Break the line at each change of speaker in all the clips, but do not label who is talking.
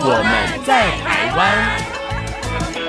我们在台湾。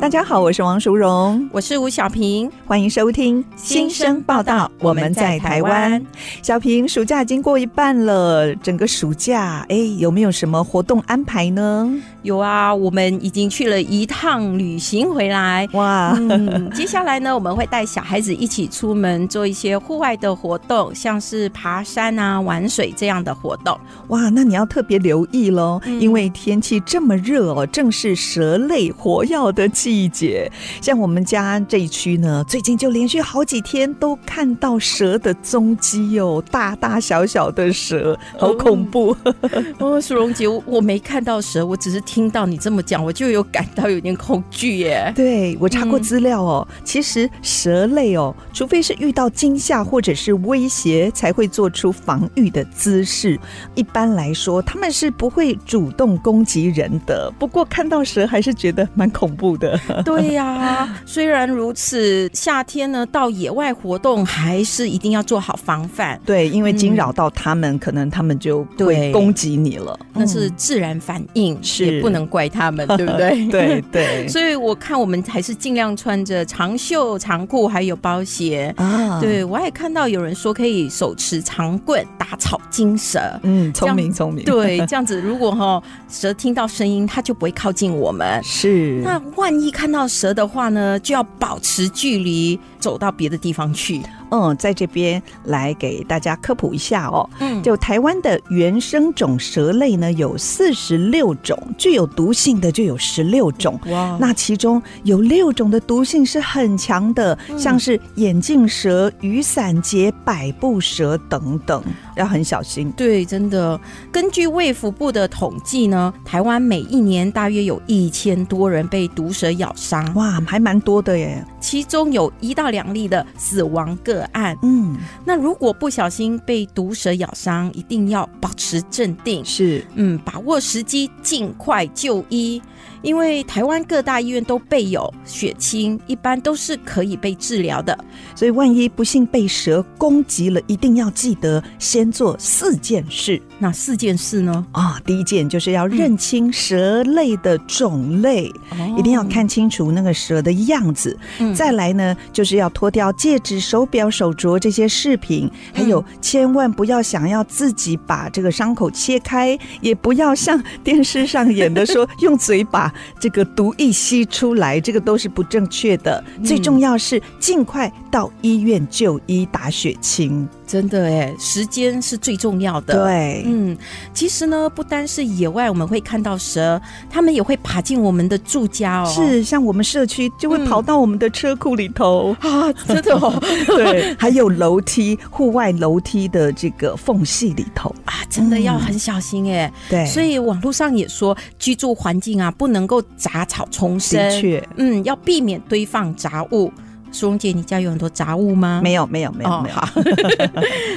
大家好，我是王淑荣，
我是吴小平，
欢迎收听《新生报道》，我们在台湾。小平，暑假已经过一半了，整个暑假，哎，有没有什么活动安排呢？
有啊，我们已经去了一趟旅行回来。
哇，
嗯，接下来呢，我们会带小孩子一起出门做一些户外的活动，像是爬山啊、玩水这样的活动。
哇，那你要特别留意喽，
嗯
因为天气这么热哦，正是蛇类活跃的季节。像我们家这一区呢，最近就连续好几天都看到蛇的踪迹哦，大大小小的蛇，好恐怖。
哦，苏荣姐，我我没看到蛇，我只是听到你这么讲，我就有感到有点恐惧耶。
对我查过
嗯
资料哦，其实蛇类哦，除非是遇到惊吓或者是威胁，才会做出防御的姿势。一般来说，它们是不会主动攻击人的。不过看到蛇还是觉得蛮恐怖的。
对呀、 虽然如此，夏天呢到野外活动还是一定要做好防范。
对，因为惊
嗯
扰到它们，可能它们就会
对
攻击你了。
那是
嗯
自然反应，
是？
也不能怪他们，对不对
嗯对。对
所以我看我们还是尽量穿着长袖、长裤，还有包鞋。
啊，
对我还看到有人说可以手持长棍打草惊蛇。
嗯，
这
聪
样
明聪明，
对，这样子如果哈、蛇听到声音，它就不会靠近我们。
是
那万一看到蛇的话呢，就要保持距离，走到别的地方去。
嗯，在这边来给大家科普一下哦。
嗯，
就台湾的原生种蛇类呢，有四十六种，具有毒性的就有十六种。
哇
那其中有六种的毒性是很强的，像是眼镜蛇、雨伞节、百步蛇等等，要很小心。
对，真的，根据卫福部的统计呢，台湾每一年大约有一千多人被毒蛇咬伤，
哇，还蛮多的耶。
其中有一到两例的死亡个案。
嗯，
那如果不小心被毒蛇咬伤，一定要保持镇定，
是
嗯，把握时机，尽快就医。因为台湾各大医院都备有血清，一般都是可以被治疗的。
所以万一不幸被蛇攻击了，一定要记得先做四件事
那四件事呢？
啊、第一件就是要认清蛇类的种类，一定要看清楚那个蛇的样子。
哦嗯
再来呢，就是要脱掉戒指、手表、手镯这些饰品，还有千万不要想要自己把这个伤口切开，也不要像电视上演的说用嘴把这个毒液吸出来，这个都是不正确的。最重要是尽快到医院就医打血清。
真的哎，时间是最重要的。。
对，
嗯，其实呢，不单是野外我们会看到蛇，它们也会爬进我们的住家哦。
是像我们社区就会
嗯
跑到我们的车库里头。
啊，真的哦
嗯 对，还有楼梯，户外楼梯的这个缝隙里头，
啊，真的要很小心哎。
嗯对，
所以网络上也说，居住环境啊不能够杂草丛生，
的，确
嗯，要避免堆放杂物。苏荣姐，你家有很多杂物吗？
没有没有没有
哦
没有，
好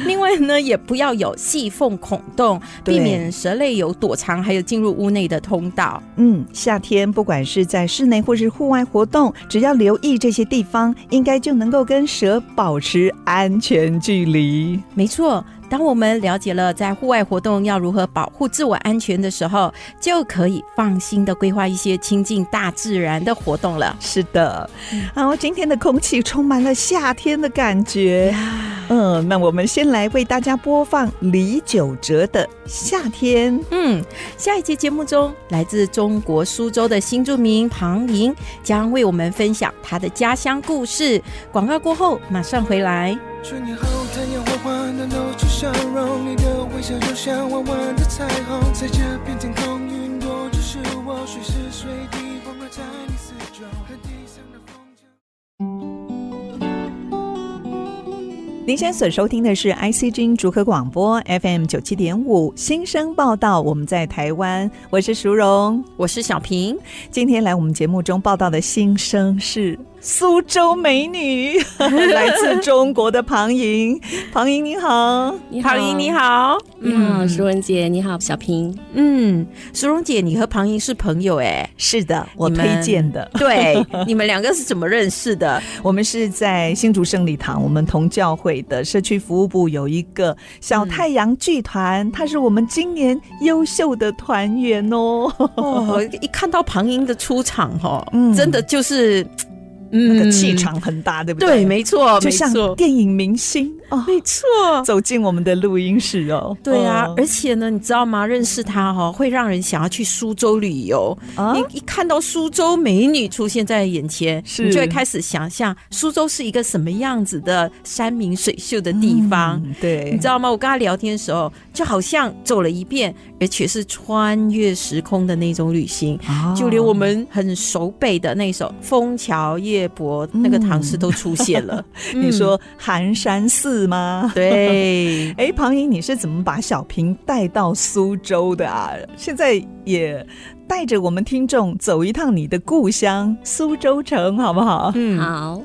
另外呢，也不要有细缝孔洞，
对
避免蛇类有躲藏还有进入屋内的通道。
嗯，夏天不管是在室内或是户外活动，只要留意这些地方，应该就能够跟蛇保持安全距离。
没错，当我们了解了在户外活动要如何保护自我安全的时候，就可以放心的规划一些亲近大自然的活动了。
是的，
嗯
好，今天的空气充满了夏天的感觉。嗯，那我们先来为大家播放李玖哲的《夏天》。
嗯，下一节节目中，来自中国苏州的新住民庞莹将为我们分享她的家乡故事。广告过后马上回来。
春天后，太阳缓缓地露出笑容，你的微笑就像弯弯的彩虹，在这片天空，云朵只是我随时随地环绕在你四周，和地上的风筝。
您现在所收听的是 ICG 竹科广播 FM 九七点五新生报道，我们在台湾，我是淑荣。
我是小平，
今天来我们节目中报道的新生是苏州美女， 来自中国的庞 莹。庞莹你好，
你
庞莹你，好，
你好，舒文姐，你好，小平，
嗯，苏荣姐，你和庞莹是朋友哎、
是的，我
你
推
们
荐的。
对，你们两个是怎么认识的？
我们是在新竹圣礼堂，我们同教会的社区服务部有一个小太阳剧团，它是我们今年优秀的团员哦。
哦，一看到庞英的出场哦，
嗯
真的就是，
那
嗯
个气，场很大，对不
对，
对？，
没错，
就
没
像
错，
电影明星哦，
没错。
走进我们的录音室哦。
对啊，
哦嗯
而且呢，你知道吗？认识他哦，会让人想要去苏州旅游。
啊
一一看到苏州美女出现在眼前，
是
你就会开始想象苏州是一个什么样子的山明水秀的地方。
嗯对，
你知道吗？我跟他聊天的时候，就好像走了一遍，而且是穿越时空的那种旅行。
哦
就连我们很熟背的那首《枫桥夜泊》那个唐诗都出现了。
你
嗯
说寒山寺吗？。，
对
哎，庞莹，你是怎么把小平带到苏州的啊？现在也带着我们听众走一趟你的故乡苏州城，好不好？
嗯，
好。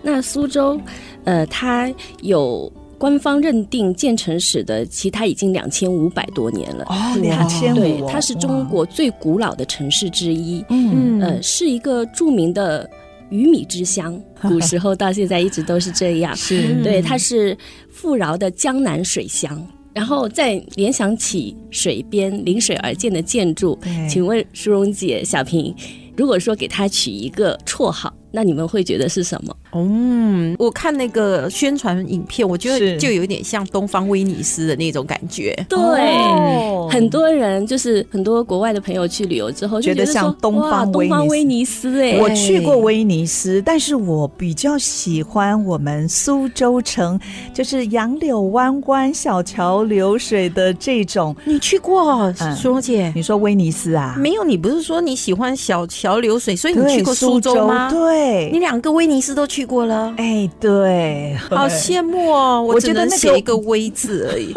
那苏州，呃，它有官方认定建成史的，其实它已经两千五百多年了。
哦，两千
对
五，，
它是中
哇，
国最古老的城市之一，
嗯，
呃，是一个著名的鱼米 之乡，古时候到现在一直都是这
嗯
样。
是
对，它是富饶的江南水乡。然后再联想起水边临水而建的建筑
对，
请问淑荣姐、小平，如果说给它取一个绰号，那你们会觉得是什么？
嗯，我看那个宣传影片，我觉
是
得就有点像东方威尼斯的那种感觉。
对，
哦
很多人就是很多国外的朋友去旅游之后就
觉得
说
像东
哇
方
东方
威
威
尼
尼斯哎，
我去过威尼斯，但是我比较喜欢我们苏州城，就是杨柳弯弯、小桥流水的这种。
你去过，
嗯
苏荣姐？
你说威尼斯啊？
没有，你不是说你喜欢小桥流水，所以你
对
去过
苏
苏州吗？
对，
你两个威尼斯都去过了。
哎，对，
好羡慕哦！
我
我
觉
只
得
能
那个
写一个“威”字而已。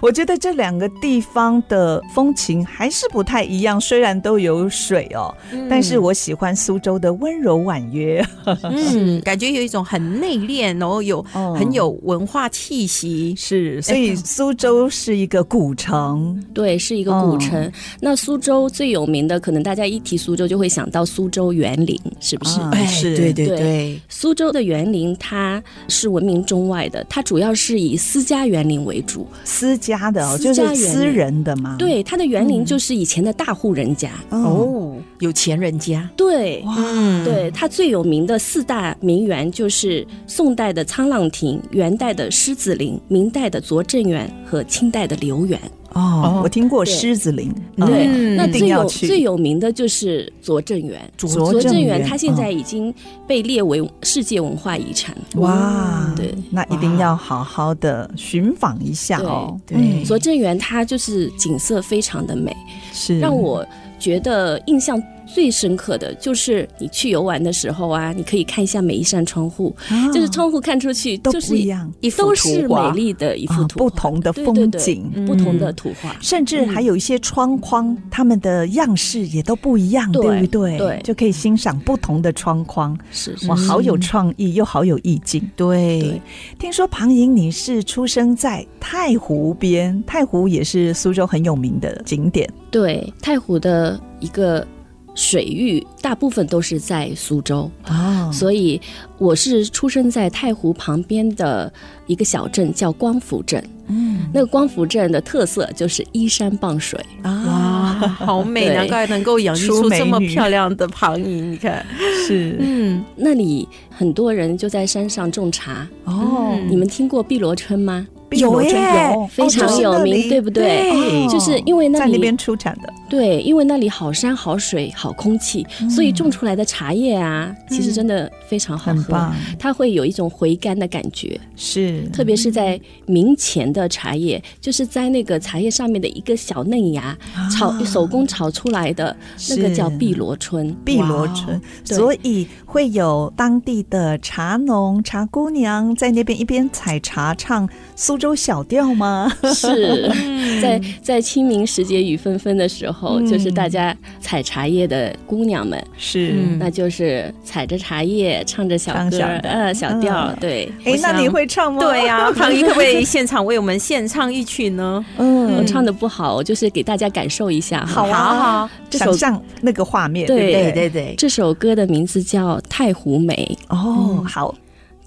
我觉得这两个地方的风情还是不太一样，虽然都有水哦，
嗯
但是我喜欢苏州的温柔婉约，
嗯，感觉有一种很内敛，然后有
哦
很有文化气息。
是，所
哎
以苏州是一个古城，
对，是一个古
哦
城。那苏州最有名的，可能大家一提苏州就会想到苏州园林，是不是？哎
啊是
哎对
对
对，
苏州的园林它是闻名中外的，它主要是以私家园林为主。
私家的哦，
私家
就是私
园林
人的嘛，
对，它的园
嗯
林就是以前的大户人家。
哦，
哦，有钱人家，
对，
嗯，
对，它最有名的四大名园就是宋代的沧浪亭、元代的狮子林、明代的拙政园和清代的留园。
哦，我听过
对
狮子林，
对，
嗯
那
一定
最
要
有
去
最有名的就是拙政园。
拙
拙
政
政
园嗯
园它现在已经被列为世界文化遗产。
哇，
嗯对，
那一定要好好的寻访一下哦，
对对
嗯
拙政园它就是景色非常的美，
是
让我觉得印象最深刻的就是你去游玩的时候啊，你可以看一下每一扇窗户，
啊
就是窗户看出去
都
就是
不一样，
一幅
都
图
是
画
美丽的一幅
啊
图画、
不同的
对
风
对对
景嗯
不同的图画。
甚至还有一些窗框，它们的样式也都不一样，
对
对不对？
对
就可以欣赏不同的窗框。
是
哇，好有创意，又好有意境。
对
对，
听说庞莹你是出生在太湖边，太湖也是苏州很有名的景点。
对太湖的一个水域，大部分都是在苏州，
哦
所以我是出生在太湖旁边的一个小镇，叫光福镇。
嗯
那个光福镇的特色就是依山傍水，
哇，
啊，
好美，
对
难怪能够养育
出
出
美
这么
女
漂亮的庞莹。你看，
是
嗯，
那里很多人就在山上种茶。
哦，
你们听过碧螺春吗？
碧螺春
有耶
有哦
非常有名，对不对？
对
就是因为那
在
里
那边出产的
对，因为那里好山好水好空气，
嗯
所以种出来的茶叶啊，其实真的非常啊好
很
喝。
棒，
它会有一种回甘的感觉，
是
特别是在明前的茶叶，就是在那个茶叶上面的一个小嫩芽炒手工炒出来的，那个
啊是
叫碧螺春。
碧螺
哦
春，
对
所以会有当地的茶农、茶姑娘在那边一边采茶唱苏州小调 吗？
是 在在清明时节雨纷纷的时
嗯
候，就是大家采茶叶的姑娘们，
是
嗯
那就是采着茶叶，唱着小
唱
歌
小
儿，
调
呃，小调儿
嗯，
对。
哎、
我
那
想
你会唱吗？
对呀、庞云可不可以现场为我们献唱一曲 呢？
嗯，
我唱的不好，我就是给大家感受一下。
好啊，
好好
这
想
首
象那个画面，
对
对不对？
对对，
这首歌的名字叫《太湖梅
嗯
哦，好，》。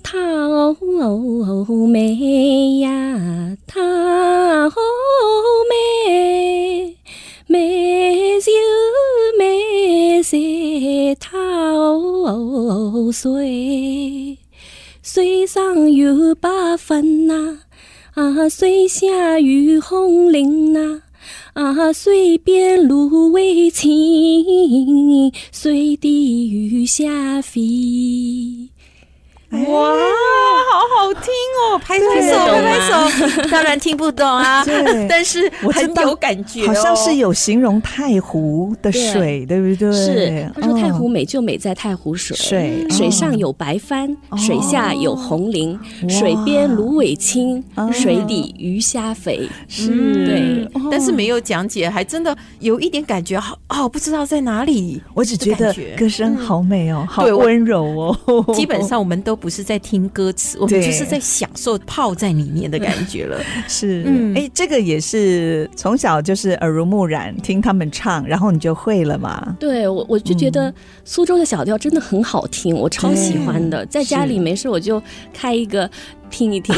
太湖梅呀，太湖梅，梅就梅在头水，水上有八分呐、啊，水下有红菱呐、啊，水边芦苇青，水底鱼虾肥。
哎
哇，好好听哦！拍拍手，
对
拍拍手， 当然听不懂 啊
对，
但是
我知
很
道
有感觉、哦，
好像是有形容太湖的
对
水，对不对？
是，他说太湖
嗯
美就美在太湖水，
水
水上
哦
有白帆，水下有红菱，水
哇
边芦苇青，
哦
水底鱼虾肥。
嗯，
对
对，但是没有讲解，还真的有一点感觉，好哦，不知道在哪里。
我只觉得
的感觉
歌声好美哦，好
对我
温柔哦。
基本上我们都不是在听歌词，我们
对
就是在享受泡在里面的感觉了。
是，
嗯
哎，这个也是从小就是耳濡目染，听他们唱，然后你就会了嘛。
对我，我就觉
嗯
得苏州的小调真的很好听，我超喜欢的。在家里没事我就开一个听一 听。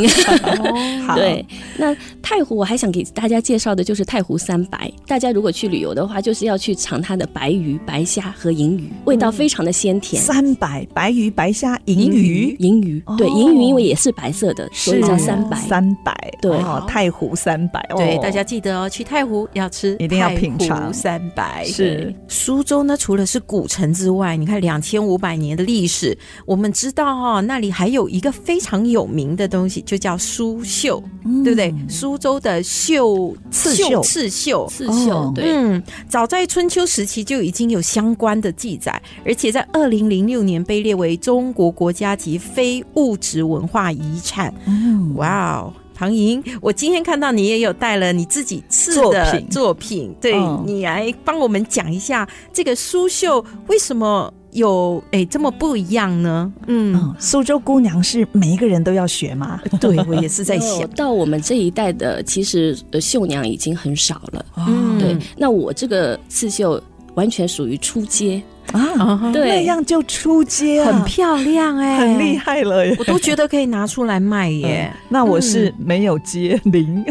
好，
对，那太湖我还想给大家介绍的就是太湖三白，大家如果去旅游的话，就是要去尝它的白鱼、白虾和银鱼，味道非常的鲜甜。
嗯三百白鱼、白虾、银鱼，
银鱼
哦，
对，银鱼因为也是白色的，所以叫三白。
三百，
对
哦，太湖三百，哦
对，大家记得哦，去太湖要吃
一定要品尝
太湖三百。
是
苏州呢，除了是古城之外，你看两千五百年的历史，我们知道哦，那里还有一个非常有名的东西，就叫苏绣，对不对？苏州的绣
嗯刺绣
刺绣。
刺
哦
绣，对，
嗯，早在春秋时期就已经有相关的记载，而且在二零零六年被列为中国国家级非物质文化遗产。
嗯，
哇哦！庞莹，我今天看到你也有带了你自己刺的
作
作
品
品，对、
嗯
你来帮我们讲一下这个苏绣为什么有诶这么不一样呢？嗯，
嗯苏州姑娘是每一个人都要学吗？
对我也是在
然后
想，
到我们这一代的，其实呃绣娘已经很少了。
嗯
对，那我这个刺绣完全属于初阶，
啊，
啊哈
那
对，
样就出街啊，
很漂亮哎、
很厉，害嗯了耶
我。都觉得可以拿出来卖耶。
那我是没有接零，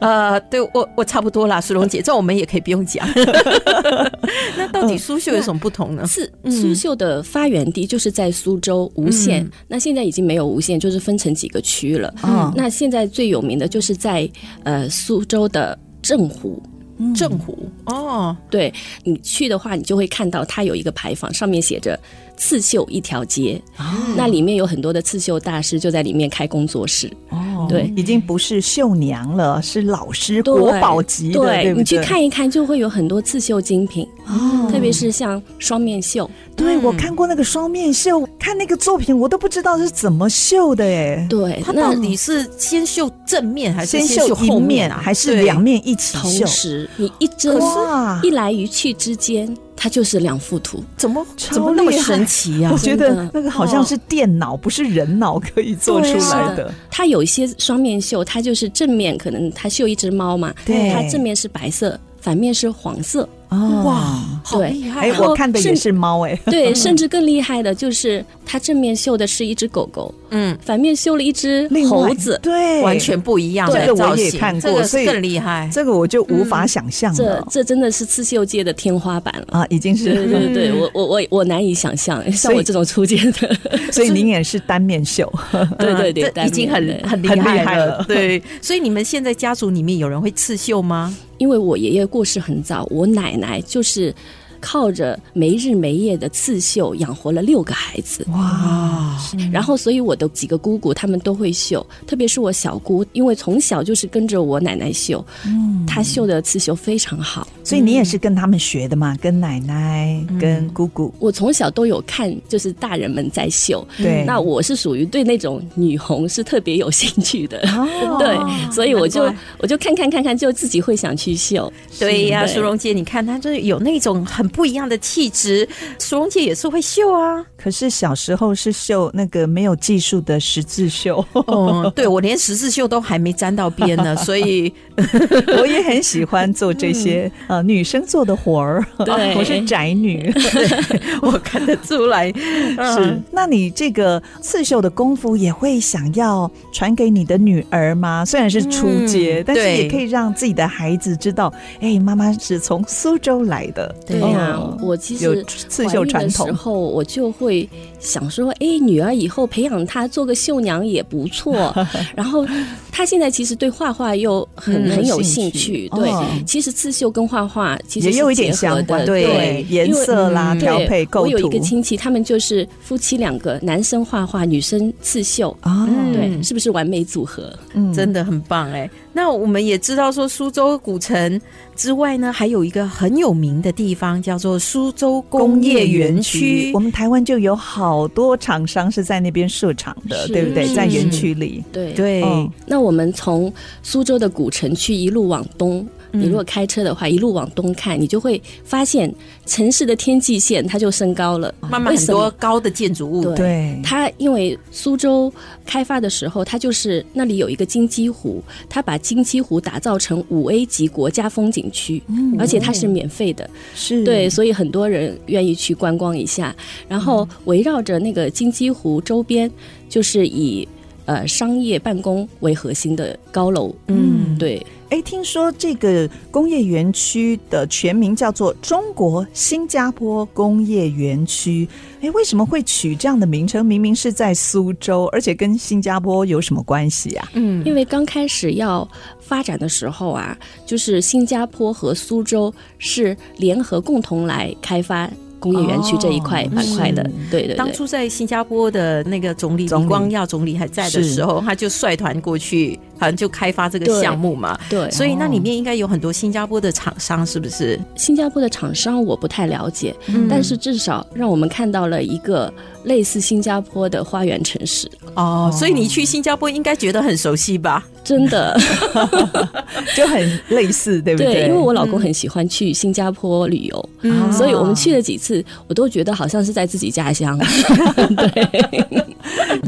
呃，对我我差不多啦，苏荣姐，这我们也可以不 用讲。那到底苏绣有什么不同呢？
刺
嗯
苏绣的发源地就是在苏州吴县
嗯，
那现在已经没有吴县，就是分成几个区了。
嗯
那现在最有名的就是在呃苏州的镇湖，
正湖
嗯
哦，
对你去的话，你就会看到它有一个牌坊，上面写着“刺绣一条街”，那里面有很多的刺绣大师就在里面开工作室。
哦
对
已经不是绣娘了，是老师
对
国宝级的，
对
嗯对不对？
你去看一看，就会有很多刺绣精品，特别是像双面绣。
对，
嗯
我看过那个双面绣，看那个作品，我都不知道是怎么绣的耶。
对，
它到
那
底是先绣正面还是
先
绣
一
后
面
啊？
还是
对
两面一起
同
绣？
时你一针
哇
一来一去之间，它就是两幅图。
怎么
超
怎么那么
厉害
神奇呀、
啊我觉
真
得
的
那个好像是电脑，不是人脑可以做出来
对
的。
它有一些双面绣，它就是正面可能它绣一只猫嘛，
对
它正面是白色，反面是黄色。
哦
哇，好
对
厉害
哎，
啊！
我看的也
甚
是猫 哎，
对，甚至更厉害的就是，它正面绣的是一只狗狗，
嗯，
反面绣了一只
另外
猴子。
对，
完全不一样
这个
的造
我也
型，
看
这
过
个
所以
是更厉害。
这个我就无法想
嗯
象
嗯这
哦
了
这真的是刺绣界的天花板了。
啊，已经
对
是，
对
嗯
对，我我我我难以想象，像我这种初阶的，
所以您也是单面绣，
对 对对，
嗯这已经
单面
很
对
很厉
很厉
害
害了
对，所以你们现在家族里面有人会刺绣吗？
因为我爷爷过世很早，我奶奶就是靠着没日没夜的刺绣养活了六个孩子。
嗯
哇，
然后，所以我的几个姑姑她们都会绣，特别是我小姑，因为从小就是跟着我奶奶绣，
嗯
她绣的刺绣非常好。
所以你也是跟他们学的嘛，跟奶奶、
嗯
跟姑姑，
我从小都有看，就是大人们在绣。
嗯
对，
那我是属于对那种女红是特别有兴趣的，
哦
对，所以我就
难怪
我就看看看看，就自己会想去绣。
对呀、
对
苏荣姐，你看她就是有那种很不一样的气质。苏荣姐也是会绣啊，
可是小时候是绣那个没有技术的十字绣，哦
嗯，对我连十字绣都还没沾到边呢，所以
我也很喜欢做这些、
嗯
呃女生做的活儿。
对
我是宅女。
我看得出来。嗯
是，那你这个刺绣的功夫也会想要传给你的女儿吗？虽然是初阶，
嗯
但是
对
也可以让自己的孩子知道，哎，妈妈是从苏州来的。
对
呀、
哦
我其
有
实
刺绣传
怀孕的时
统，
候，我就会想说，哎，女儿以后培养她做个绣娘也不 错。然后她现在其实对画画又很、
嗯
很有
有
兴
兴
趣，
趣
对、
哦
其实刺绣跟画画其实
也
是
有一点
结合
相关
的，
对颜
因为
色啦、
嗯
调配构
我有一
图
个亲戚，他们就是夫妻两个，男生画画，女生刺绣，
啊，
嗯
对，是不是完美组合？
嗯
真的很棒哎、那我们也知道说，苏州古城之外呢，还有一个很有名的地方叫做苏州工业园区
我。们台湾就有好多厂商是在那边设厂的，
是
对不对？
是哦
在园区里，
对。
对，
嗯
那我们从苏州的古城区一路往东，
嗯
你如果开车的话，一路往东看，你就会发现城市的天际线它就升高了。
慢慢
为
很
什么
多高的建筑物
对，
对，
它因为苏州开发的时候，它就是那里有一个金鸡湖，它把金鸡湖打造成五 A 级国家风景区，
嗯
嗯
而且它是免费的，
是
对，所以很多人愿意去观光一下。然后
嗯
围绕着那个金鸡湖周边，就是以呃商业办公为核心的高楼，
嗯，
对，
哎，听说这个工业园区的全名叫做中国新加坡工业园区。哎，为什么会取这样的名称？明明是在苏州，而且跟新加坡有什么关系啊？
嗯，
因为刚开始要发展的时候啊，就是新加坡和苏州是联合共同来开发工业园区这一块
哦
板块的，对对
当
对。
初在新加坡的那个总理
总理
李光耀总理还在的
是
时候，他就率团过去，好像就开发这
对
个项目嘛。
对，
所以那
哦
里面应该有很多新加坡的厂商，是不是？
新加坡的厂商我不太了解，
嗯
但是至少让我们看到了一个类似新加坡的花园城市，
哦，所以你去新加坡应该觉得很熟悉吧？
真的。
哦就很类似，对不对？
因为我老公很喜欢去新加坡旅游，
嗯
所以我们去了几次，我都觉得好像是在自己家乡。对，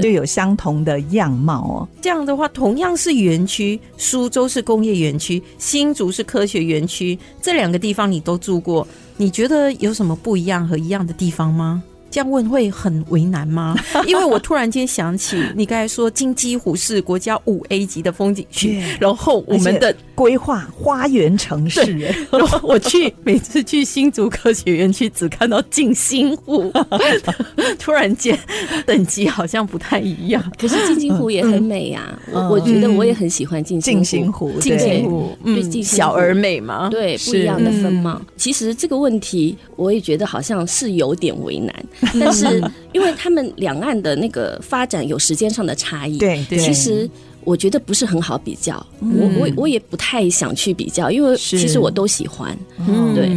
就有相同的样貌哦。
这样的话，同样是园区，苏州是工业园区，新竹是科学园区，这两个地方你都住过，你觉得有什么不一样和一样的地方吗？这样问会很为 难吗？因为我突然间想起，你刚才说金鸡湖是国家五 A 级的风景区
Yeah，
然后我们
而
的
且规划花园城市，哎
然后我去每次去新竹科学园区，只看到静心湖，突然间等级好像不太一样。
可是金星湖也很美呀、
嗯
我我觉得我也很喜欢金
静
心
心
湖。
湖，
静
对
心湖，
对静心湖
嗯小而美嘛，
对，
是嗯
不一样的风貌。其实这个问题，我也觉得好像是有点为难，
嗯
但是因为他们两岸的那个发展有时间上的差异，
对对，
其实我觉得不是很好比较。我我我也不太想去比较，因为
是
其实我都喜欢。
嗯
对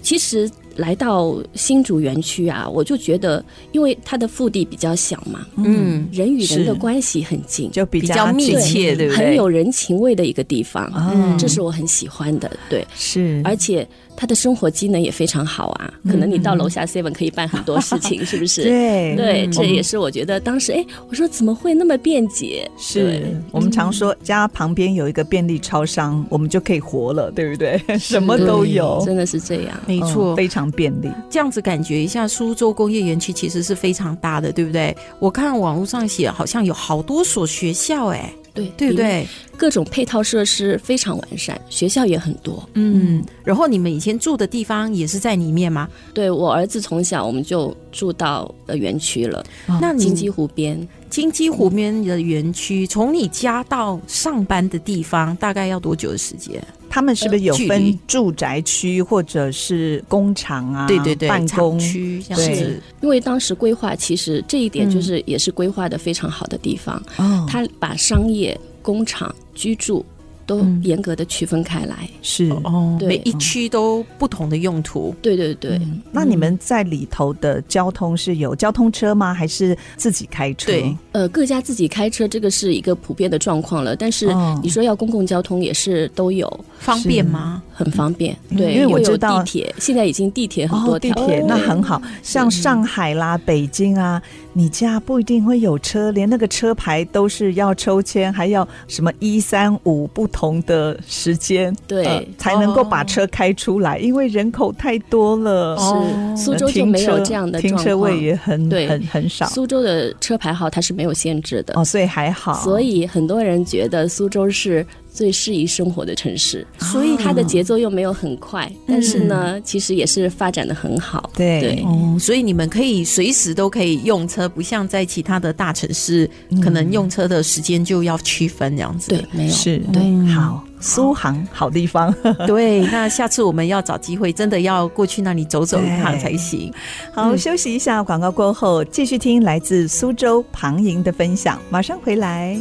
其实来到新竹园区啊，我就觉得，因为它的腹地比较小嘛，
嗯，
人与人
是
的关系很近，
就比
比较密
近
切，对不对？哦嗯
很有人情味的一个地方。
啊，
这是我很喜欢的，对，
是
而且他的生活机能也非常好啊，
嗯
可能你到楼下 seven 可以办很多事情，是不是？
对
对，
嗯
这也是我觉得当时，哎，我说怎么会那么便捷？对
是我们常说家旁边有一个便利超商，我们就可以活了，对不对？ 什么都有，
嗯真的是这样。
没错
嗯，非常便利。
这样子感觉一下，苏州工业园区其实是非常大的，对不对？我看网络上写好像有好多所学校、哎，
对
对不？
里面
对？
各种配套设施非常完善，学校也很多。
嗯，然后你们以前住的地方也是在里面吗？
对我儿子从小我们就住到呃园区了，
那
哦金鸡
你
湖边，
金鸡湖边的园区，从你家到上班的地方大概要多久的时间？
他们是不是有
呃距
分
离
住宅区或者是工厂啊？
对对对，
办
厂
公
区这样
对
子，
因为当时规划，其实这一
嗯
点就是也是规划的非常好的地方，
哦，
它把商业、工厂、居住都
嗯
严格的区分开来。
是
哦，
对
每一区都不同的用途。
对对对，
那
嗯
你们在里头的交通是有交通车吗？还是自己开车？
对
呃，各家自己开车这个是一个普遍的状况了，但是
哦
你说要公共交通也是都有，
方便吗？
很方便。
嗯
对，
因为我
又有
知道
地铁，现在已经地铁很
哦，
多
地
条，
铁那很好，像上海啦、北京啊，你家不一定会有车，连那个车牌都是要抽签，还要什么一三五不同的时间，
对
呃才能够把
哦
车开出来，因为人口太多了。呃
是
哦
苏州就没有这样的
停
状
车
况。
停车位也很
对
很很少
苏州的车牌号它是没有限制的，
哦，所以还好。
所以很多人觉得苏州是最适宜生活的城市，
啊
所以它的节奏又没有很快，
嗯
但是呢，其实也是发展的很好。
对
对
哦，所以你们可以随时都可以用车，不像在其他的大城市，可能用车的时间就要区分这样子。
对，没有
是
对
好苏杭好地方。
对，那下次我们要找机会，真的要过去那里走走一趟
对
才行。
好，休息一下，广告过后继续听来自苏州庞莹的分享，马上回来。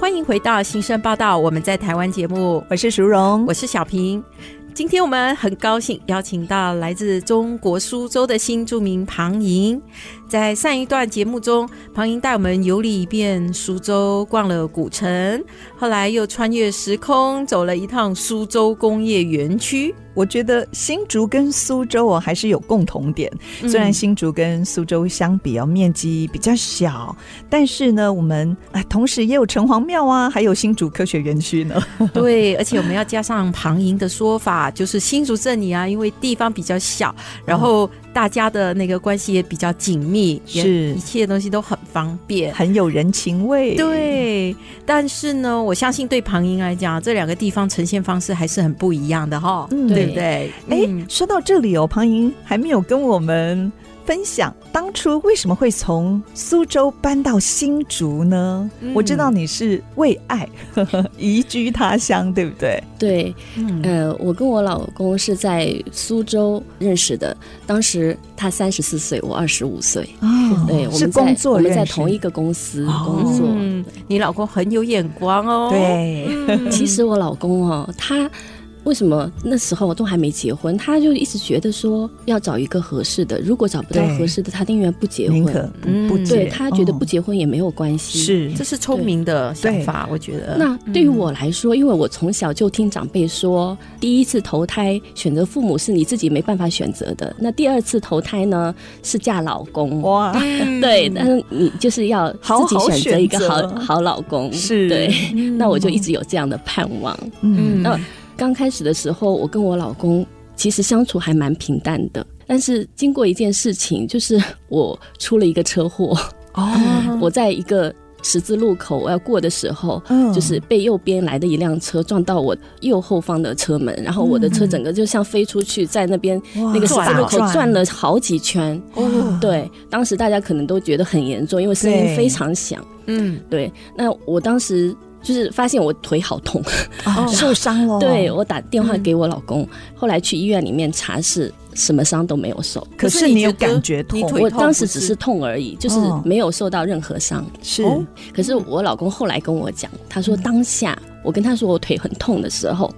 欢迎回到《新生报道》，我们在台湾节目，
我是淑荣
我，是小平。今天我们很高兴邀请到来自中国苏州的新著名庞莹。在上一段节目中，庞莹带我们游历一遍苏州，逛了古城，后来又穿越时空走了一趟苏州工业园区。
我觉得新竹跟苏州哦还是有共同点，
嗯
虽然新竹跟苏州相比哦面积比较小，但是呢，我们啊同时也有城隍庙啊，还有新竹科学园区呢。
对，而且我们要加上庞莹的说法，就是新竹镇里啊，因为地方比较小，然后大家的那个关系也比较紧密，也
是
一切东西都很方便。
很有人情味。
对，但是呢，我相信对庞莹来讲，这两个地方呈现方式还是很不一样的哈、
嗯
对
对
不对？
哎、
嗯
说到这里哦，庞莹还没有跟我们分享当初为什么会从苏州搬到新竹呢？
嗯
我知道你是为爱 呵呵移居他乡，对不对？
对，
嗯
呃，我跟我老公是在苏州认识的，当时他三十四岁，我二十五岁。
啊
哦
对，我
是
们在
工作
我们在
认识
同一个公司
哦
工作。
嗯你老公很有眼光哦。，
对，
其实我老公哦，他为什么那时候都还没结婚，他就一直觉得说要找一个合适的，如果找不到
对
合适的，他宁愿不结
宁
婚。
可
嗯
不
对
结
他觉得
哦
不结婚也没有关系。。
是
这是聪明的想法，我觉得。
嗯
那对于我来说，因为我从小就听长辈说，第一次投胎选择父母是你自己没办法选择的，那第二次投胎呢是嫁老公。
哇，
嗯
对，但是你就是要
好
自己
好
选择一个
选
好
择
好老公。
是
对。
嗯
那我就一直有这样的盼望。
嗯
那刚开始的时候，我跟我老公其实相处还蛮平淡的，但是经过一件事情，就是我出了一个车祸，
哦
我在一个十字路口我要过的时候。
嗯
就是被右边来的一辆车撞到我右后方的车门，然后我的车整个就像飞出去，在那边
哇
那个十字路口
转
转了好几圈。
哦，
对，当时大家可能都觉得很严重，因为声音
对
非常响。
嗯
对，那我当时就是发现我腿好痛，
啊受伤了，
哦对，我打电话给我老公，后来去医院里面查是什么伤都没有受，
可是你有感觉嗯痛，
你腿
我
痛
当
不
时
是
只是痛而已，就是
哦
没有受到任何伤。
是
哦
嗯可是我老公后来跟我讲，他
嗯
说当下我跟他说我腿很痛的时候，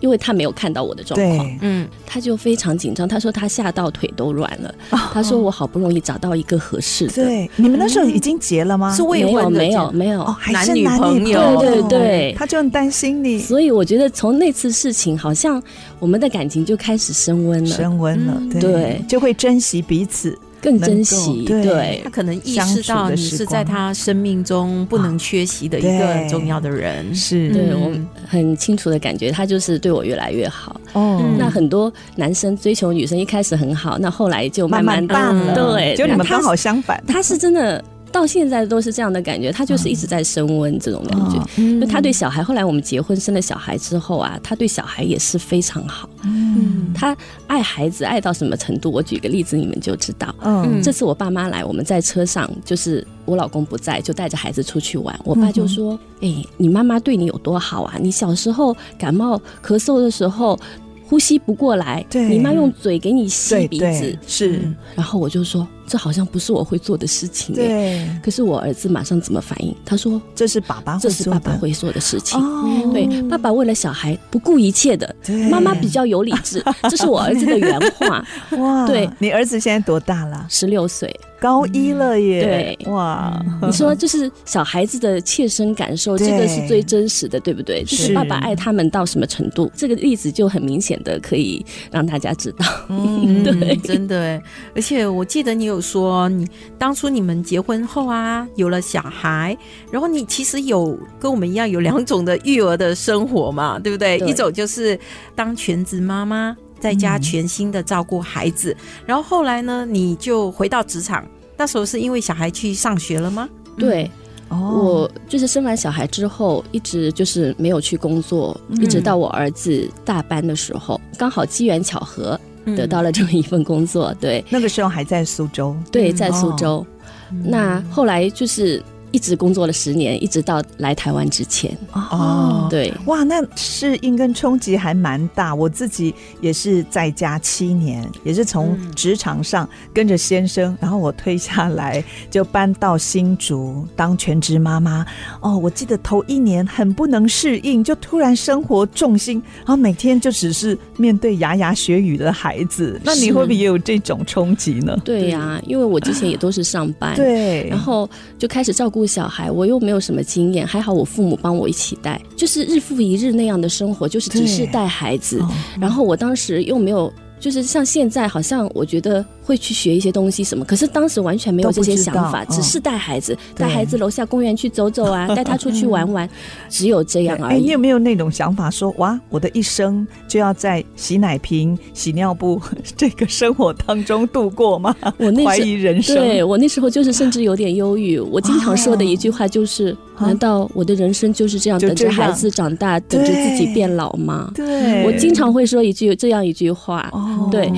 因为他没有看到我的状况，
对，
嗯，
他就非常紧张，他说他吓到腿都软了，他说我好不容易找到一个合适的，
哦对，你们那时候已经结了吗？
是未
没有
婚的
没有
这
没有
哦，还
男
是
女
男
朋
女
友
朋
对
友
对对
他就很担心你
所以我觉得从那次事情，好像我们的感情就开始升温了，
升温
嗯
了，对
对
就会珍惜彼此，
更
能
珍
够
惜，
对
对
他可能意
相
识
处
到
的
你
时
是在
光
他生命中不能缺席的一个
对
很重要的人。
是
对我
嗯
很清楚的感觉，他就是对我越来越好。
哦
嗯
那很多男生追求女生一开始很好，那后来就
慢
慢
慢
地
淡了，
嗯对，
就你们
他
刚好相反，
他是真的到现在都是这样的感觉，它就是一直在升温这种感觉。
哦
就他对小孩，后来我们结婚生了小孩之后啊，他对小孩也是非常好。
嗯
他爱孩子爱到什么程度？我举个例子，你们就知道。
嗯
嗯
这次我爸妈来，我们在车上，就是我老公不在，就带着孩子出去
嗯
玩。我爸就说：“哎、你妈妈对你有多好啊？你小时候感冒咳嗽的时候，呼吸不过来，
对
你妈用嘴给你吸
对
鼻
对
子。嗯
是，
然后我就说：“这好像不是我会做的事情、哎。
对，
可是我儿子马上怎么反应？他说：“
这是爸爸
这
会
是
做
爸
的，
爸会做的事情。
哦，
对，爸爸为了小孩不顾一切的，
对
妈妈比较有理 智，这是我儿子的原话。
哇，
对
你儿子现在多大了？
十六岁，
高一了耶，
嗯对嗯
哇，
你说就是小孩子的切身感受，
嗯对
这个是最真实的，对不对？就是是爸爸爱他们到什么程度，这个例子就很明显的可以让大家知道。
嗯，
对
真的欸。而且我记得你有说，你当初你们结婚后啊，有了小孩，然后你其实有跟我们一样有两种的育儿的生活嘛，对不对？
对
一种就是当全职妈妈，在家全心的照顾孩子，然后后来呢，你就回到职场。那时候是因为小孩去上学了吗？
对
嗯哦，
我就是生完小孩之后，一直就是没有去工作，
嗯
一直到我儿子大班的时候，刚好机缘巧合
嗯
得到了这么一份工作。 对
那个时候还在苏州，
对，
嗯
在苏
哦
州。那后来就是一直工作了十年，一直到来台湾之前，
哦，
对。
哇，那适应跟冲击还蛮大。我自己也是在家七年，也是从
嗯
职场上跟着先生，然后我退下来，就搬到新竹当全职妈妈。哦，我记得头一年很不能适应，就突然生活重心，然后每天就只是面对牙牙学语的孩子。那你
是
会不会也有这种冲击呢？
对呀、因为我之前也都是上班，
对，
然后就开始照顾小孩，我又没有什么经验，还好我父母帮我一起带，就是日复一日那样的生活，就是只是
对
带孩子
哦，
然后我当时又没有。就是像现在，好像我觉得会去学一些东西什么，可是当时完全没有
都不
这些
知
想
道
法，
嗯
只是带孩子，带
对
孩子楼下公园去走走 啊，带他出去玩玩，只有这样
对
而
哎，你
已
有。没有那种想法说，哇，我的一生就要在洗奶瓶、洗尿布 这个生活当中度过吗？
我那
怀
时
疑人生，
对我那时候就是甚至有点忧郁。我经常说的一句话就是：
啊
难道我的人生就是这样
就
等
这
着
样
孩子长大，等着自己
对
变老吗？
对
我经常会说一句这样一句话。
哦，
对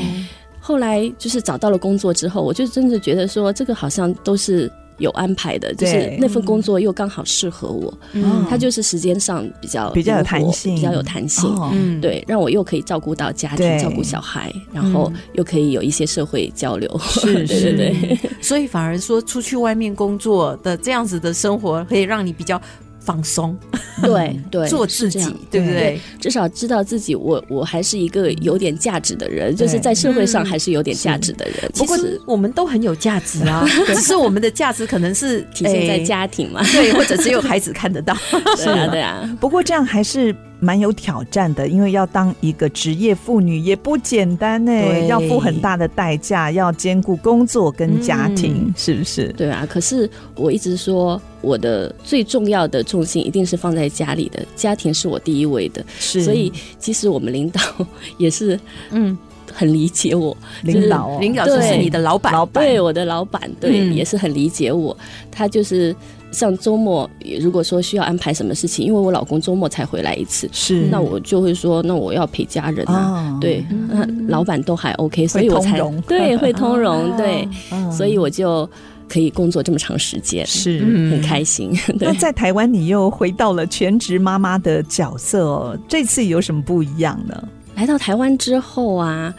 后来就是找到了工作之后，我就真的觉得说这个好像都是。有安排的，就
对
是那份工作又刚好适合我，
嗯
它就是时间上比较
比较有
灵活
弹性
比较有弹性，
哦
嗯，
对，让我又可以照顾到家庭，
对
照顾小孩，然后
嗯
又可以有一些社会交流，
是
对对对。
对， 所以反而说出去外面工作的这样子的生活，可以让你比较放松，
对对，
做自
是这
己
样，
对不对
对？
至少知道自己我我还是一个有点价值的人，
对
就是在社会
嗯
上还是有点价值的人。
不
其
过
实
我们都很有价值 啊，只是我们的价值可能是
体现在
哎
诶
家庭嘛，
对，或者只有孩子看得到。
对啊对啊，
不过这样还是蛮有挑战的，因为要当一个职业妇女也不简单呢、
对
要付很大的代价，要兼顾工作跟家庭，
嗯
是不是？
对啊。可是我一直说，我的最重要的重心一定是放在家里的，家庭是我第一位的。
是
所以其实我们领导 也是
嗯，
很理解我，
领导、哦，
领导就是你的老板，
老板
对我的老板，对、
嗯
也是很理解我。他就是像周末，如果说需要安排什么事情，因为我老公周末才回来一次，
是
那我就会说，那我要陪家人啊。
嗯哦，
对，那 老板都还 OK，所以我
通
才
融
对会 通融，对，
嗯
所以我就可以工作这么长时间，
是。
嗯
很开心。 对
那，在台湾，你又回到了全职妈妈的角色哦，这次有什么不一样呢？
来到台湾之后啊，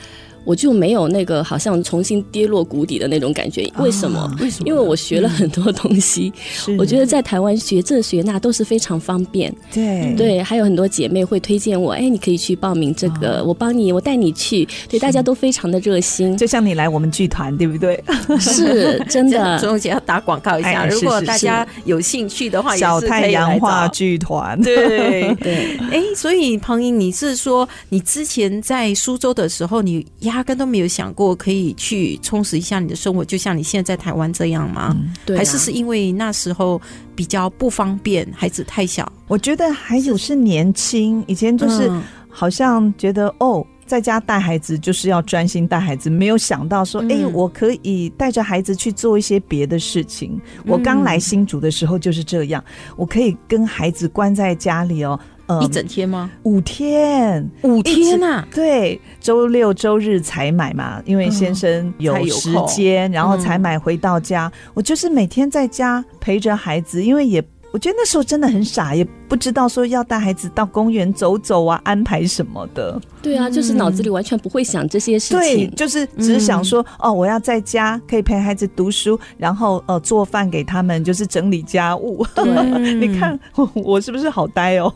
我就没有那个好像重新跌落谷底的那种感觉。为什么
啊？
为什
因为我学了很多东西，
嗯是
我觉得在台湾学这学那都是非常方便。
对
对，还有很多姐妹会推荐我，哎，你可以去报名这个，我帮你，我带你去。对，大家都非常的 热心，
就像你来我们剧团，对不 对？
啊
是真的。。
钟姐要打广告一下，
哎是
如果
是
大家有兴趣的话，也
小
是可以
太
来
阳
找
话剧团，
对
对，
哎，所以庞英，你是说你之前在苏州的时候，你压根都没有想过可以去充实一下你的生活，就像你现在在台湾这样吗？
对啊
还是是因为那时候比较不方便，孩子太小，
我觉得还有是年轻，以前就是
嗯
好像觉得哦。在家带孩子就是要专心带孩子，没有想到说，哎、
嗯
我可以带着孩子去做一些别的事情。
嗯
我刚来新竹的时候就是这样，我可以跟孩子关在家里哦，呃
一整天吗？
五天，
五啊
天
呐、
对，周六周日才买嘛，因为
嗯
先生有
才有
时
空
间，然后
嗯
才买回到家。我就是每天在家陪着孩子，因为也我觉得那时候真的很傻，也不知道说要带孩子到公园走走啊，安排什么的。
对啊，就是脑子里完全不会想这些事
对，
情。嗯
就是只想说、哦，我要在家可以陪孩子读书，然后呃做饭给他们，就是整理家务。
嗯
你看我我是不是好呆 哦？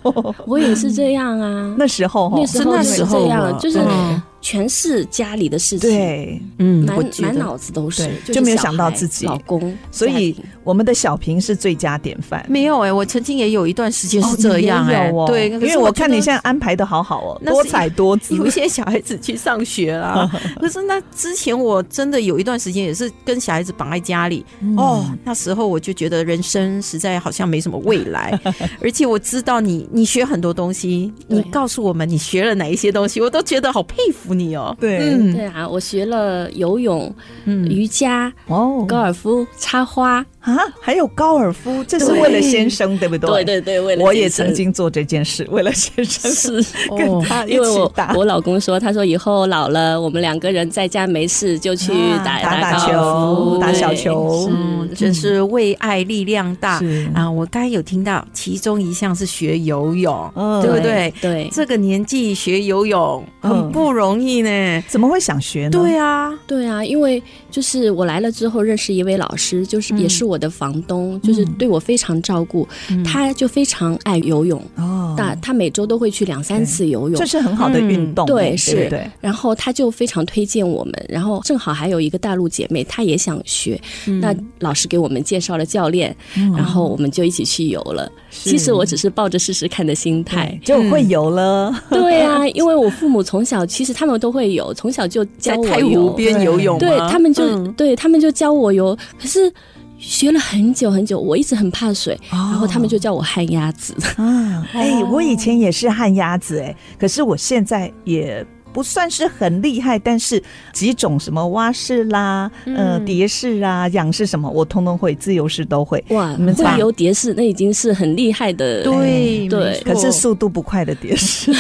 我也是这样啊，
那时候哦
那时
是
候
那
就
时
是
候
这
了
样，就是
对
全是家里的事情，
对。
嗯，
满
我觉
满
得
脑子都是
对，
是
就没有
小
想到
孩
自己
老公，
所以
家庭
我们的小平是最佳典范。
没有哎、我曾经也有一段时间是这样
哦你也
哎、
有哦
对，
因
可
为
是
我
觉
看你
得
现在安排的好好哦，
那是
多彩多姿
有。一些小孩子去上学 啦。可是那之前我真的有一段时间也是跟小孩子绑在家里、哦，那时候我就觉得人生实在好像没什么未 来，而且我知道你你学很多东西，
对
你告诉我们你学了哪一些东西，我都觉得好佩服你哦。
对
嗯
对啊，我学了游泳、
嗯，
瑜伽、
哦
高尔夫、插花，
啊，还有高尔夫，这是
对
为了先生，对不对？
对对对，为了
我也
健身
曾经做这件事，为了先生。
是。哦
跟他 一
因为
起
我
打
我老公说，他说以后老了，我们两个人在家没事就去
啊
打、
打打
高尔
球
夫
打
对
小球
嗯，真是为爱力量大
是
啊！我刚才有听到其中一项是学游泳，
嗯
对不对？
对，
这个年纪学游泳
嗯
很不容易呢。
怎么会想学呢？
对啊，
对啊，因为就是我来了之后认识一位老师，就是
嗯
也是我的房东，就是
嗯
对我非常照顾，
嗯
他就非常爱游泳，
哦，
那、他每周都会去两三次游泳
这。是很好的运动，
嗯对
不
是
对，
然后他就非常推荐我们，然后正好还有一个大陆姐妹，她也想学，那老师给我们介绍了教练，然后我们就一起去游了。其实我只嗯是抱着试试看的心态
嗯对，就会游了。
对啊，因为我父母从小其实他们都会游，从小就
在
教 我
太湖
游，
边游泳吗，
对他们就、
嗯
对他们就教我游，可是。学了很久很久，我一直很怕水，
哦
然后他们就叫我旱鸭子。
啊，哎、我以前也是旱鸭子哎、可是我现在也不算是很厉害，但是几种什么蛙式啦、呃蝶式啊、仰式什么，我通通会，自由式都会。
哇，
你们
会
把
游蝶式那已经是很厉害的。
对
对
没错
可是速度不快的蝶式。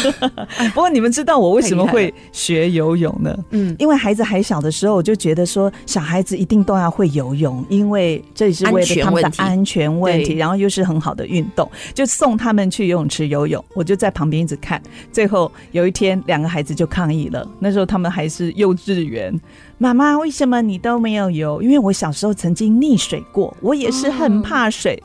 不过你们知道我为什么会学游泳呢？
嗯
因为孩子还小的时候，我就觉得说小孩子一定都要会游泳，因为这也是为了他们的
安全问题
安全问题，
对
然后又是很好的运动，就送他们去游泳池游泳，我就在旁边一直看。最后有一天，两个孩子就抗议了，那时候他们还是幼稚园。妈妈，为什么你都没有游？因为我小时候曾经溺水过，我也是很
哦
怕水，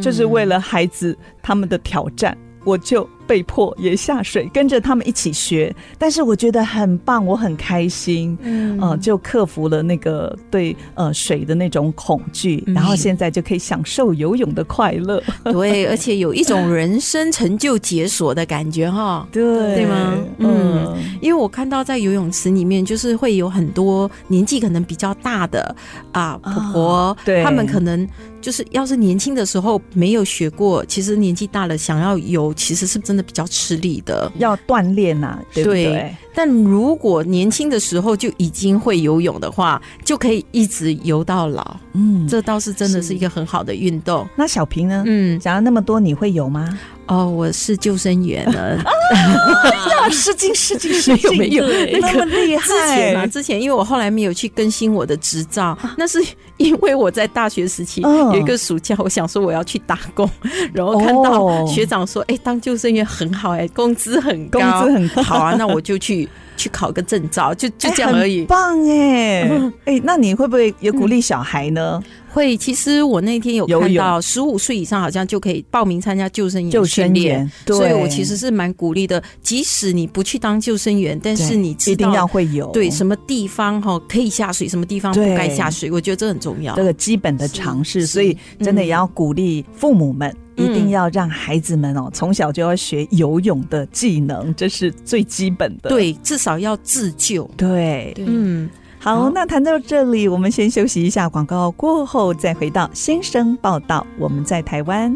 就是
嗯
为了孩子他们的挑战，我就被迫也下水，跟着他们一起学。但是我觉得很棒，我很开心，嗯、就克服了那个对呃水的那种恐惧，
嗯
然后现在就可以享受游泳的快乐。
对，而且有一种人生成就解锁的感觉哈。
对，
对吗嗯因为我看到在游泳池里面，就是会有很多年纪可能比较大的啊婆婆，
对
他们可能就是要是年轻的时候没有学过，其实年纪大了想要游，其实是真的比较吃力的。
要锻炼呐、对不
对
对？
但如果年轻的时候就已经会游泳的话，就可以一直游到老。
嗯，
这倒是真的是一个很好的运动。
那小平呢？
嗯，
讲了那么多，你会游吗？
哦，我是救生员呢。
啊，失敬失敬失
敬没有
对
那么厉害啊
之前啊，之前因为我后来没有去更新我的执照，那是因为我在大学时期
嗯
有一个暑假，我想说我要去打工， 然后看到
哦
学长说，哎，当救生员很好，哎，工资很高，
工资很高
好啊，那我就去去考个证照，就就
哎
这样而已
很。棒哎、 哎、那你会不会也鼓励小孩呢？
会，其实我那天有
游
看
泳
到，十五岁以上好像就可以报名参加救生员
救
训
生
练
员，
所以
对
我其实是蛮鼓励的。即使你不去当救生员，但是
对
你知
一定
道
要会游，
对什么地方哈可以下水，什么地方不
对
该下水，我觉得这很重要
这。个基本的常识，
是
所以真的也要鼓励父母们。
嗯
一定要让孩子们哦，从小就要学游泳的技能，这是最基本的。
对，至少要自救。
对，
对
嗯，
好，那谈到这里，我们先休息一下，广告过后再回到先生报道。我们在台湾。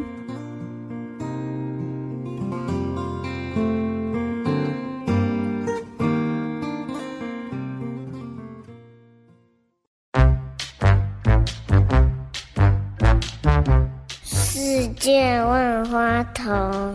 见万花筒。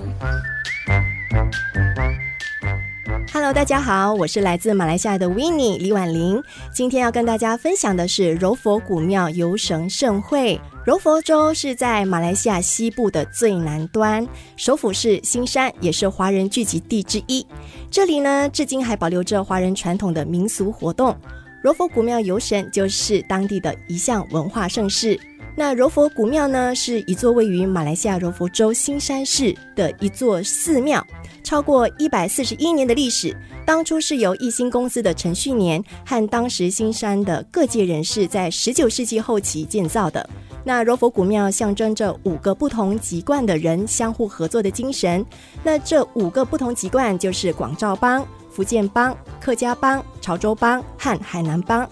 Hello，大家好，我是来自马来西亚的 w i n n i e 李婉玲。今天要跟大家分享的是柔佛古庙游神盛会。柔佛州是在马来西亚西部的最南端，首府是新山，也是华人聚集地之一。这里呢，至今还保留着华人传统的民俗活动。柔佛古庙游神就是当地的一项文化盛事。那柔佛古庙呢，是一座位于马来西亚柔佛州新山市的一座寺庙，超过一百四十一年的历史。当初是由一兴公司的陈旭年和当时新山的各界人士在十九世纪后期建造的。那柔佛古庙象征着五个不同籍贯的人相互合作的精神。那这五个不同籍贯就是广肇帮、福建帮、客家帮、潮州帮和海南帮。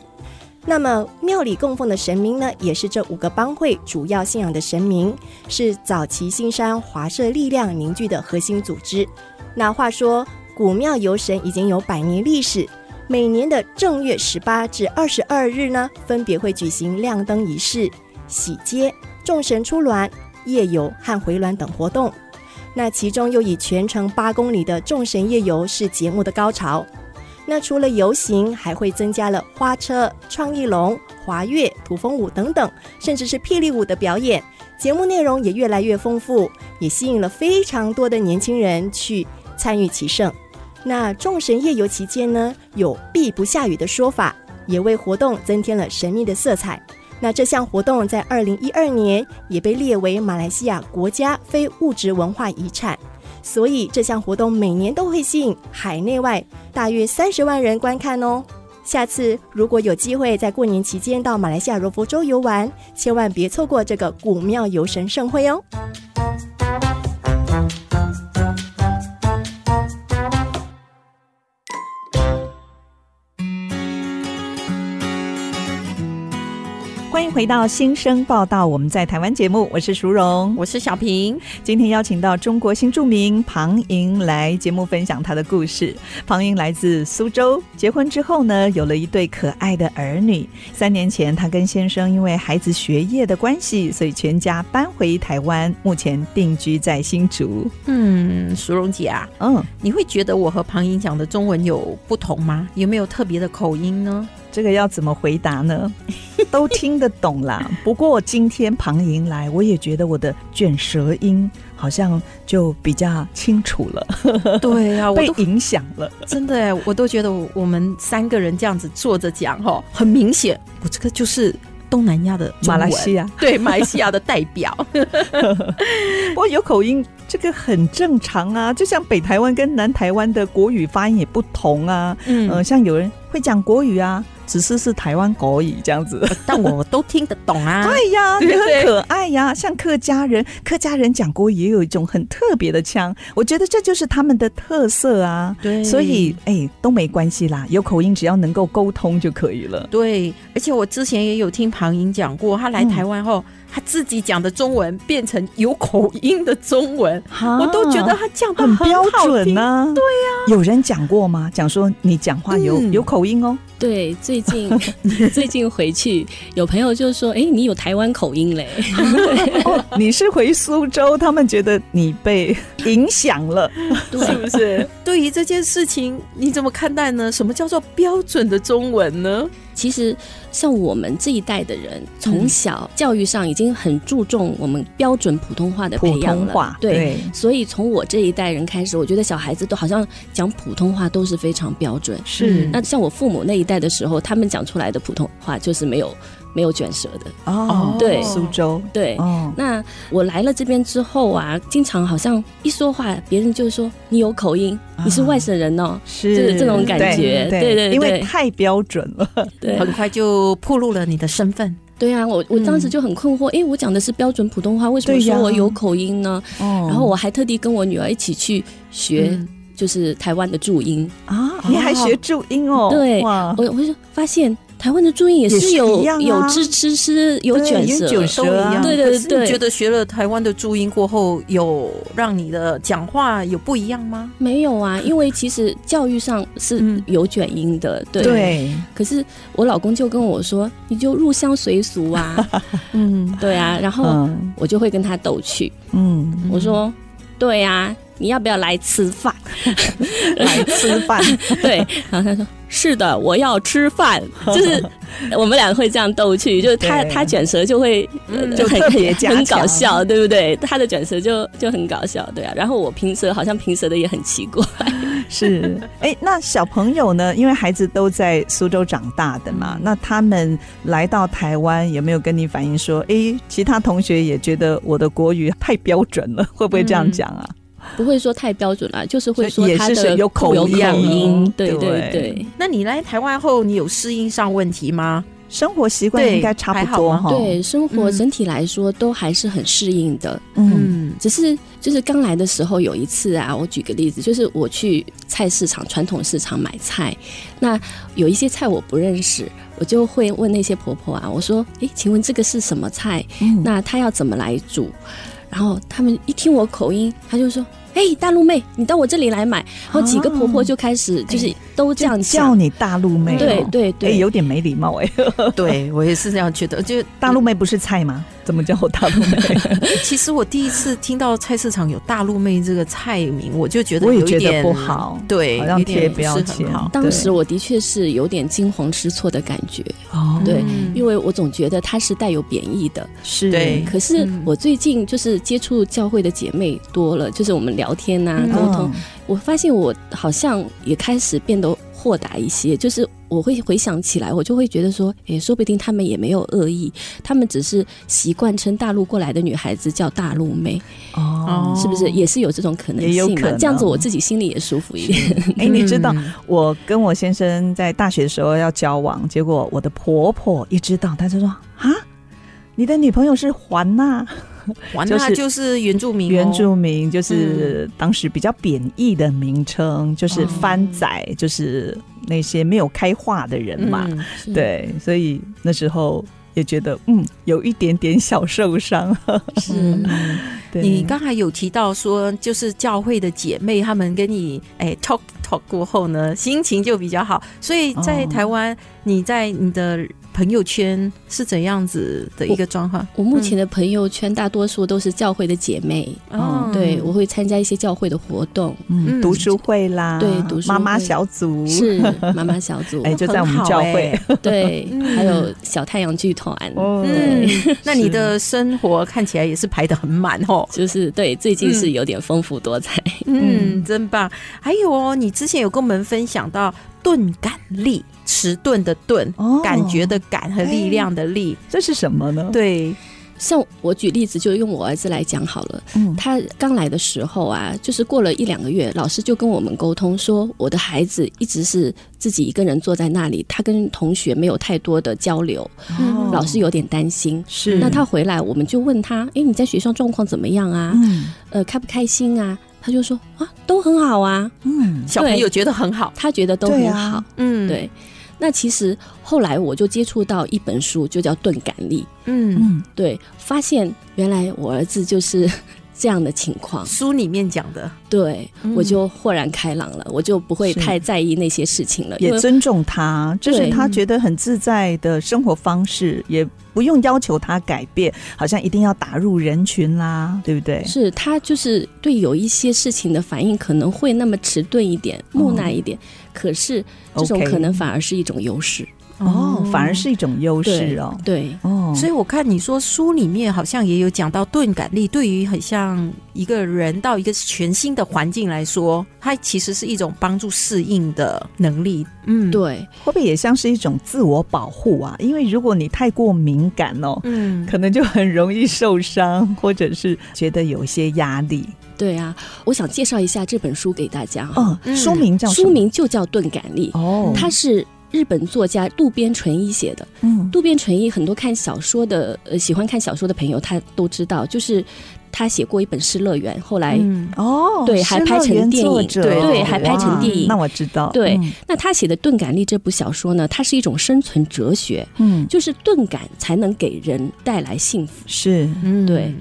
那么庙里供奉的神明呢，也是这五个帮会主要信仰的神明，是早期新山华社力量凝聚的核心组织。那话说，古庙游神已经有百年历史，每年的正月十八至二十二日呢，分别会举行亮灯仪式、喜接、众神出銮、夜游和回銮等活动。那其中又以全程八公里的众神夜游是节目的高潮，那除了游行，还会增加了花车、创意龙、华乐、土风舞等等，甚至是霹雳舞的表演。节目内容也越来越丰富，也吸引了非常多的年轻人去参与其盛。那众神夜游期间呢，有“避不下雨”的说法，也为活动增添了神秘的色彩。那这项活动在二零一二年也被列为马来西亚国家非物质文化遗产。所以这项活动每年都会吸引海内外大约三十万人观看哦。下次如果有机会在过年期间到马来西亚柔佛州游玩，千万别错过这个古庙游神盛会哦。
欢迎回到新生报道，我们在台湾节目，我是淑荣。
我是小平，
今天邀请到中国新著名庞莹来节目分享她的故事。庞莹来自苏州，结婚之后呢，有了一对可爱的儿女。三年前，她跟先生因为孩子学业的关系，所以全家搬回台湾，目前定居在新竹。
嗯，淑荣姐啊，
嗯，
你会觉得我和庞英讲的中文有不同吗？有没有特别的口 音呢？
这个要怎么回答 呢？都听得懂啦。不过今天庞莹来，我也觉得我的卷舌音好像就比较清楚了，
对啊，我
被
都
影响了。
真的哎，我都觉得我们三个人这样子坐着讲哈，很明显，我这个就是东南亚的中
马
文
来西亚，
对马来西亚的代表。
不过有口音，这个很正常啊。就像北台湾跟南台湾的国语发音也不同啊。
嗯
呃，像有人会讲国语啊，只是是台湾国语这样 子。
但我都听得懂啊。
对呀，也
对不
很
对
可爱呀。像客家人，客家人讲国语也有一种很特别的腔，我觉得这就是他们的特色啊。
对
所以，哎，都没关系啦，有口音只要能够沟通就可以了。
对，而且我之前也有听庞英讲过，他来
嗯
台湾后，他自己讲的中文变成有口音的中文，我
我
都觉得他讲的
很标
好
准
听。
呢、对呀、有人讲过吗？讲说你讲话有、
嗯
有口音哦。
对，最 近最近回去，有朋友就说：“哎，你有台湾口音嘞。
哦， 你是回苏州，他们觉得你被影响了， 是不是？
对于这件事情，你怎么看待呢？什么叫做标准的中文呢？”
其实，像我们这一代的人，
嗯
从小教育上已经很注重我们标准普通话的培
普
养
通
了。
话
对。所以从我这一代人开始，我觉得小孩子都好像讲普通话都是非常标准。
是
那像我父母那一代的时候，他们讲出来的普通话就是没有没有卷舌的。
哦，
对
苏州
对，
哦，
那我来了这边之后啊，经常好像一说话，别人就说你有口音，
啊
你是外省人哦。
是
是这种感觉
对
对对对
因为太标准 了，
对
很快就暴露了你的身份。
对啊，我我当时就很困惑，诶，我讲的是标准普通话，为什么
嗯对呀
说我有口音呢？
哦
然后我还特地跟我女儿一起去学
嗯，
就是台湾的注音。
啊，你还学注音哦，
对
哇，
我我就发现台湾的注音也
也
是
是
有
一样啊
有吱吱吱，有
对
卷
有啊
舌，
卷舌
都一样。
对对
可是
对
你觉得学了台湾的注音过后，有让你的讲话有不一样吗？
没有啊，因为其实教育上是
嗯
有卷音的，对。
对，
可是我老公就跟我说：“你就入乡随 俗啊，
嗯，
对啊。”然后
嗯
我就会跟他逗趣，
嗯，
我说：“对啊，你要不要来吃饭
嗯来吃饭，？”
对，然后他说：“是的，我要吃饭。” 就是我们俩会这样逗趣，就是他
对
他卷舌就会
嗯
就
很
特别
很
加
很搞
强
笑，对不对？他的卷舌就就很搞笑，对啊。然后我平舌好像平舌的也很奇怪，
是，哎，那小朋友呢？因为孩子都在苏州长大的嘛，那他们来到台湾，有没有跟你反映说，哎，其他同学也觉得我的国语太标准了，会不会这样讲啊？
不会说太标准了，就是会
所
说
以也
他
是
的
有口
有
音
口音，对
对
对对。
那你来台湾后，你有适应上问题吗？
生活习惯
对
应该差
还
不
好
多
吗
哈。，
对生
嗯
活整体来说都还是很适应的，
嗯
嗯
只是就是刚来的时候有一次啊，我举个例子，就是我去菜市场传统市场买菜，那有一些菜我不认识，我就会问那些婆婆啊，我说：“诶，请问这个是什么菜？
嗯
那她要怎么来煮？”然后他们一听我口音，她就说。诶，大陆妹，你到我这里来买，然后几个婆婆就开始就是都这
哎就
样
叫
讲，
你大陆妹哦、
对对
哎，
对，
有点没礼貌哎、
对我也是这样觉得。就
大陆妹不是菜吗？怎么叫我大陆妹？
其实我第一次听到菜市场有大陆妹这个菜名，我就觉得
我也
有一
觉得
点
不，好，
对，
好像
有点
贴
不
标
是
签
很好。
当时我的确是有点惊慌失措的感觉，
哦，
对，
嗯
因为我总觉得它是带有贬义的。
是，
对
可是
嗯
我最近就是接触教会的姐妹多了，就是我们聊天呐、
嗯
沟
嗯，
通，我发现我好像也开始变得豁达一些，就是我会回想起来，我就会觉得说，诶，说不定他们也没有恶意，他们只是习惯称大陆过来的女孩子叫大陆妹，
哦
哦，
是不是也是有这种可能
也有
性
可
嘛？
能
这样子我自己心里也舒服一点。
哎、你知
嗯
道我跟我先生在大学的时候要交往，结果我的婆婆一知道，她就说：“啊，你的女朋友是环娜、
完
就是
那就是原住民哦，
原住民，就是当时比较贬义的名称，
哦
就是番仔，就是那些没有开化的人嘛。
嗯
是，
对，所以那时候也觉得，嗯，有一点点小受伤。
是。
嗯
对
你刚才有提到说，就是教会的姐妹她们跟你哎 talk talk 过后呢，心情就比较好。所以在
哦
台湾，你在你的朋友圈是怎样子的一个状况？
我目前的朋友圈大多数都是教会的姐妹，
哦
对我会参加一些教会的活动，
嗯，
嗯
读书会啦，
对读书
妈妈
会
小组
是妈妈小组，
嗯 哎，就在我们
很好
教
哎
会。
对，
嗯
还有小太阳剧团，
哦
嗯，那你
是
的生活看起来也是排得很满哦。
就是对，最近是有点丰富多彩。
嗯，真棒。还有哦，你之前有跟我们分享到钝感力，迟钝的钝，
嗯
哦
感觉的感和力量的力。
这是什么呢？
对，
像我举例子，就用我儿子来讲好了。
嗯
他刚来的时候啊，就是过了一两个月，老师就跟我们沟通说，我的孩子一直是自己一个人坐在那里，他跟同学没有太多的交流，
哦
老师有点担心。
是
那他回来，我们就问他，诶，你在学校状况怎么样啊？
嗯
呃，开不开心啊？他就说啊，都很好啊，
嗯
小朋友觉得很好。
他觉得都
对
很
啊
好。
嗯，，
对，那其实后来我就接触到一本书，就叫《钝感力
嗯。
嗯》，
对，发现原来我儿子就是这样的情况，
书里面讲的，
对、
嗯
我就豁然开朗了，我就不会
是
太在意那些事情了，因
也
为
尊重他，这是
对
他觉得很自在的生活方式，也不用要求他改变，好像一定要打入人群啦，对不对？
是他就是对有一些事情的反应可能会那么迟钝一点、木
哦
讷一点，可是这种
OK
可能反而是一种优势，
哦，反而是一种优势哦。
对。
哦，
所以我看你说书里面好像也有讲到钝感力，对于很像一个人到一个全新的环境来说，它其实是一种帮助适应的能力。嗯，，
对，
会不会也像是一种自我保护啊？因为如果你太过敏感哦，
嗯，
可能就很容易受伤，或者是觉得有一些压力。
对啊，我想介绍一下这本书给大家哈，
嗯，书名叫什么
书名就叫《钝感力》，
哦，
它是日本作家渡边淳一写的。
嗯
渡边淳一很多看小说的，呃，喜欢看小说的朋友他都知道，就是他写过一本《失乐园》，后来、
嗯
哦，
对还拍成
失乐园
电影
作者
对
对
还拍成电影
哇那我知道，
对
嗯
那他写的《钝感力》这部小说呢，它是一种生存哲学，
嗯，嗯，
就是钝感才能给人带来幸福。
是，
嗯
对，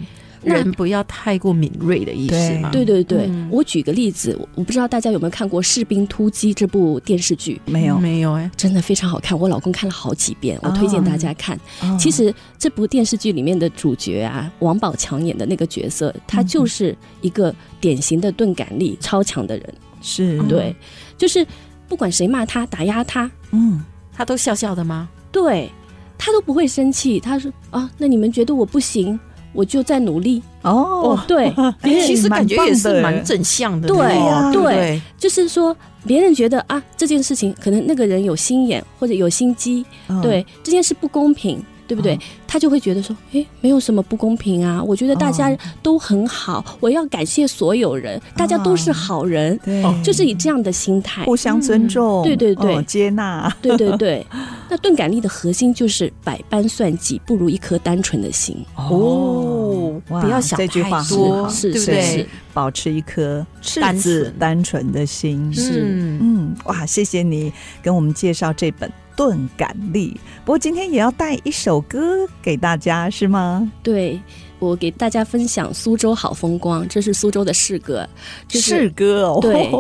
那
人不要太过敏锐的意思嘛。
对对对，
嗯
我举个例子，我不知道大家有没有看过《士兵突击》这部电视剧，
没有，
没有哎、
真的非常好看，我老公看了好几遍，我
哦
推
啊
荐大家看。
哦
嗯其实这部电视剧里面的主角啊，王宝强演的那个角色，他就是一个典型的钝感力超强的人。
是，
对，就是不管谁骂他、打压他，
嗯，
他都笑笑的吗？
对他都不会生气。他说啊，那你们觉得我不行，我就在努力。
哦
哦，，对，
哎
其实感觉也是
蛮棒
蛮
的
正向的啊呢。
对
呀
不
对就是说别人觉得啊这件事情可能那个人有心眼或者有心机，
嗯，
对这件事不公平，对不对？
嗯
他就会觉得说，诶，没有什么不公平啊，我觉得大家
嗯
都很好，我要感谢所有人，大家都是好人，
对，
哦就是以这样的心态。
互相尊重，
嗯对对对
哦接纳，
对对对， 那钝感力的核心就是百般算计，不如一颗单纯的心。
哦，
哇
不要想
这句话
太
很
多，
哦好
是
对不
是
对
是？
保持一颗赤
单
子
纯
单纯的心，
是
嗯
嗯，哇，谢谢你跟我们介绍这本《钝感力》。不过今天也要带一首歌给大家，是吗？
对我给大家分享《苏州好风光》，这是苏州的诗歌，就是
是嗯歌哦，
对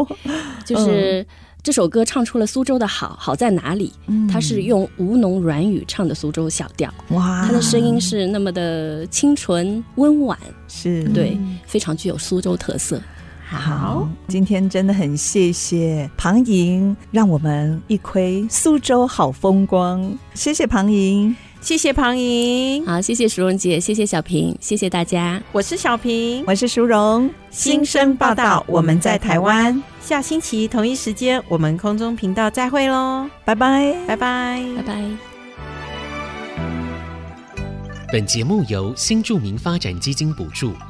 就是这首歌唱出了苏州的好，好在哪里？
嗯
它是用吴侬软语唱的苏州小调，
哇，
它的声音是那么的清纯温婉，
是
对，非常具有苏州特色。
好，今天真的很谢谢庞莹，让我们一窥苏州好风光。谢谢庞莹，
谢谢庞莹，
好，谢谢淑荣姐，谢谢小平，谢谢大家。
我是小平，
我是淑荣，
新生报道，我们在台湾，下星期同一时间，我们空中频道再会喽，
拜拜，
拜拜，
拜拜。
本节目由新著名发展基金补助，
啊